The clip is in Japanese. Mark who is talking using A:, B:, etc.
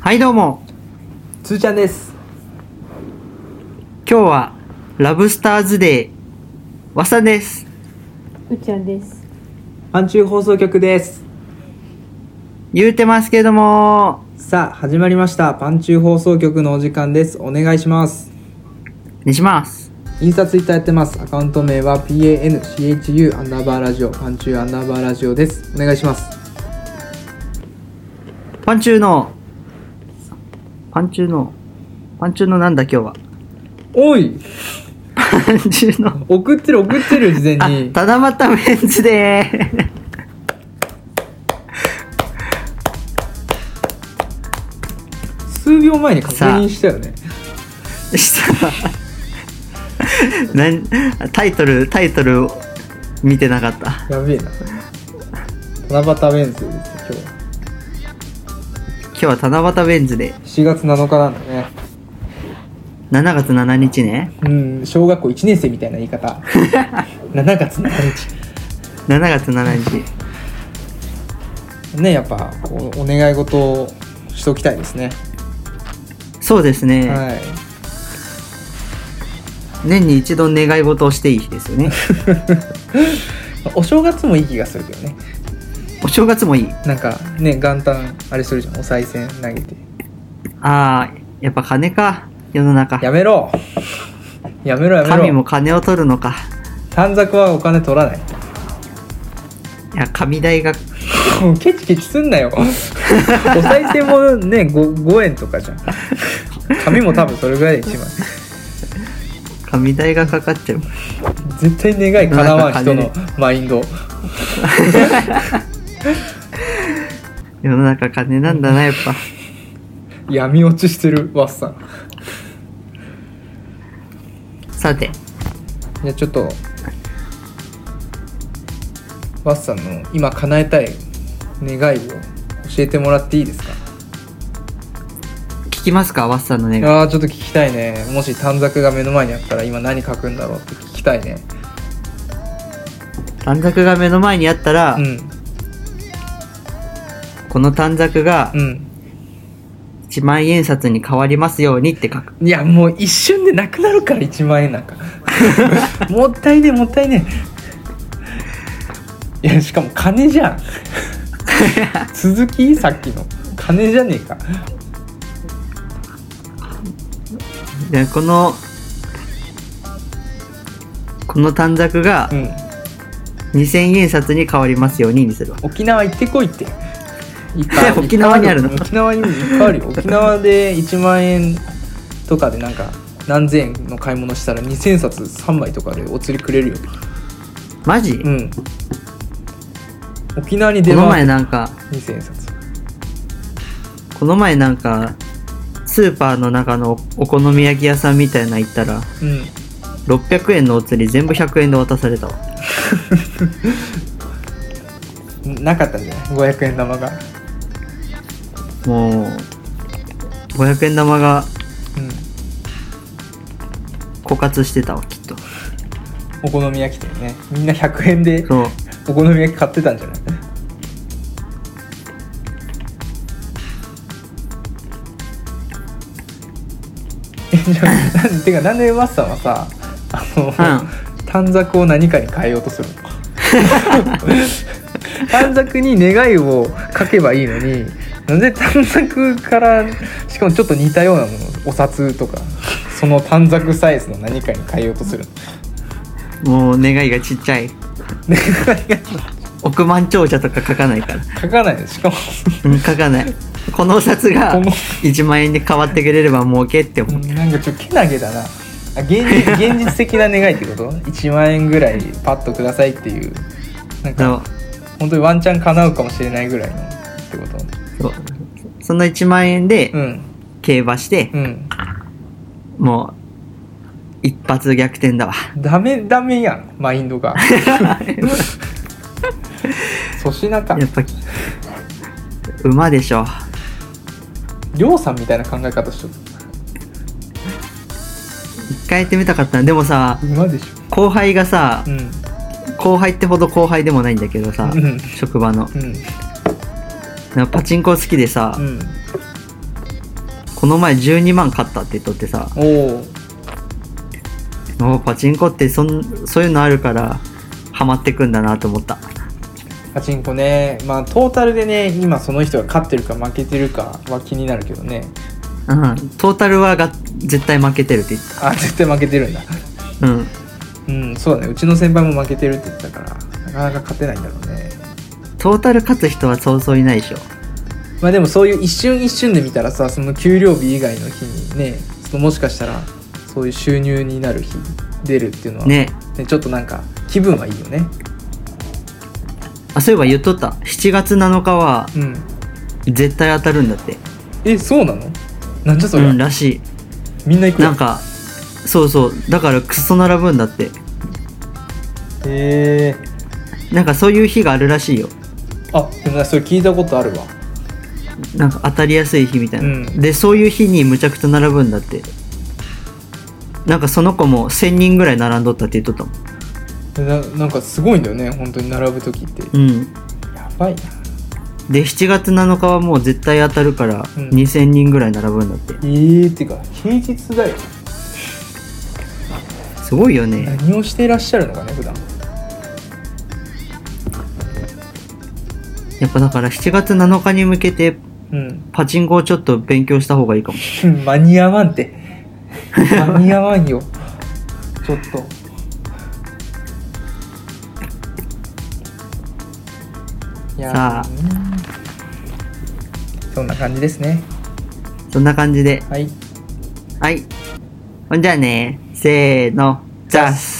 A: はいどうも
B: つーちゃんです
A: 今日はラブスターズデーわさです
C: うちゃんです。
B: 阪中放送局です
A: 言うてますけども
B: さあ始まりましたパン中放送局のお時間ですお願いします
A: にします
B: インスタツイッターやってますアカウント名は PANCHU アンダーバーラジオパン中アンダーバーラジオですお願いします
A: パンチューのパンチューのパンチューのなんだ今日は
B: おい
A: パンチューの
B: 送ってる送ってる事前
A: あ
B: に
A: 七夕メンズデー
B: 数秒前に確認したよね
A: したなんタイトルタイトル見てなかった
B: やべえな七夕メンズですよ
A: 今日は七夕メンズデー
B: 今日7月7日なんだね
A: 7月7日ね
B: うん小学校1年生みたいな言い 方7月7日
A: 7月7日
B: ねやっぱこうお願い事をしときたいですね、
A: そうですね、
B: はい
A: 年に一度願い事をしていい日ですよ ね
B: お正月もいい気がするけどね
A: お正月もいい
B: なんかね元旦あれするじゃんお賽銭投げて
A: ああやっぱ金か世の中
B: やめろやめろやめろ
A: 神も金を取るのか
B: 短冊はお金取らない
A: いや神代が
B: もうケチケチすんなよ お賽銭もね 5, 5円とかじゃん紙も多分それぐらいで1枚
A: 神代がかかっちゃう
B: 絶対願い叶わん人のマインド
A: 世の中金なんだなやっ ぱ
B: 闇落ちしてるワッサン
A: さて
B: じゃあちょっとワッサンの今叶えたい願いを教えてもらっていいですか
A: 聞きますかワッサンの願い
B: あーちょっと聞きたいねもし短冊が目の前にあったら今何書くんだろうって聞きたいね
A: 短冊が目の前にあったら、
B: うん
A: この短冊が
B: うん
A: 1万円札に変わりますようにって書く
B: いやもう一瞬でなくなるから1万円なん かもったいねえもったいねえいやしかも金じゃ ん続きさっきの金じゃねえか
A: でこのこの短冊が
B: うん
A: 2000円札に変わりますようににするわ
B: 沖縄行ってこいっていっぱい
A: 沖縄にあるの
B: いっ ぱい沖縄にもいっぱいあるよ沖縄で1万円とかでなんか何千円の買い物したら2000冊3枚とかでお釣りくれるよ
A: マジ、
B: う
A: こ
B: ん沖縄に出
A: の前
B: 回って
A: なんか
B: 2000円冊
A: この前なんかスーパーの中のお好み焼き屋さんみたいな行ったら
B: うん
A: 600円のお釣り全部100円で渡されたわ
B: なかったんじゃない500円玉が、
A: もう500円玉が
B: うん、
A: 枯渇してたわきっと
B: お好み焼き店ねみんな100円で
A: そう
B: お好み焼き買ってたんじゃないえじゃあなんてかなんでマッサンはさあの、短冊を何かに変えようとするの短冊に願いを書けばいいのになんで短冊からしかもちょっと似たようなものお札とかその短冊サイズの何かに変えようとするの
A: も う願いがちっちゃい
B: 願いが
A: 億万長者とか書かないから
B: 書かないでしかも
A: うん書かないこのお札が
B: この
A: 1万円に変わってくれれば儲けって思う
B: なんかちょっとけなげだなあ現実現実的な願いっ てこと1万円ぐらいパッとくださいっていうなん
A: そう
B: か本当にワンチャン叶うかもしれないぐらいのってこと
A: そうその1万円で
B: うん
A: 競馬して
B: う、ん
A: もう一発逆転だわ
B: ダメダメやんマインドが粗品か
A: やっぱき馬でしょ
B: りょうさんみたいな考え方しとる
A: 一回やってみたかったなでもさ
B: 馬でし
A: 後輩がさ
B: ょうん
A: 後輩ってほど後輩でもないんだけどさ、
B: うん
A: 職場の
B: うん
A: なんかパチンコ好きでさ、
B: うん
A: この前12万買ったって言っとってさ
B: おお
A: おーパチンコってそんそういうのあるからハマってくんだなと思った
B: パチンコねまあトータルでね今その人が勝ってるか負けてるかは気になるけどね
A: うんトータルはが絶対負けてるって言っ
B: あ絶対負けてるんだ
A: たうん
B: うんそうだねうちの先輩も負けてるって言ってたからなかなか勝てないんだろうね
A: トータル勝つ人はそうそういないでしょ
B: まあでもそういう一瞬一瞬で見たらさその給料日以外の日にねそのもしかしたらそういう収入になる日出るっていうのは、
A: ね
B: ねちょっとなんか気分はいいよね
A: あそういえば言っとった7月7日は
B: うん
A: 絶対当たるんだって
B: えそうなのなんじゃそれ、
A: うんらし
B: みんな行
A: い
B: く
A: なんかそうそうだからクソ並ぶんだって
B: へえ
A: なんかそういう日があるらしいよ
B: あでもなそれ聞いたことあるわ
A: なんか当たりやすい日みたいな、
B: うん
A: でそういう日にむちゃくちゃ並ぶんだってなんかその子も1000人ぐらい並んどったって言っとったもん
B: でななんかすごいんだよね本当に並ぶ時って
A: うん
B: やばいな
A: で7月7日はもう絶対当たるから
B: うん
A: 2000人ぐらい並ぶんだって、
B: えー、ってか平日だよ
A: すごいよね
B: 何をしていらっしゃるのかね普段
A: やっぱだから7月7日に向けて
B: うん
A: パチンコをちょっと勉強した方がいいかも
B: 間に合わ んて間に合わんよちょっといやー
A: さあ
B: そんな感じですね
A: そんな感じで
B: はい
A: はいほんじゃあねせーのザス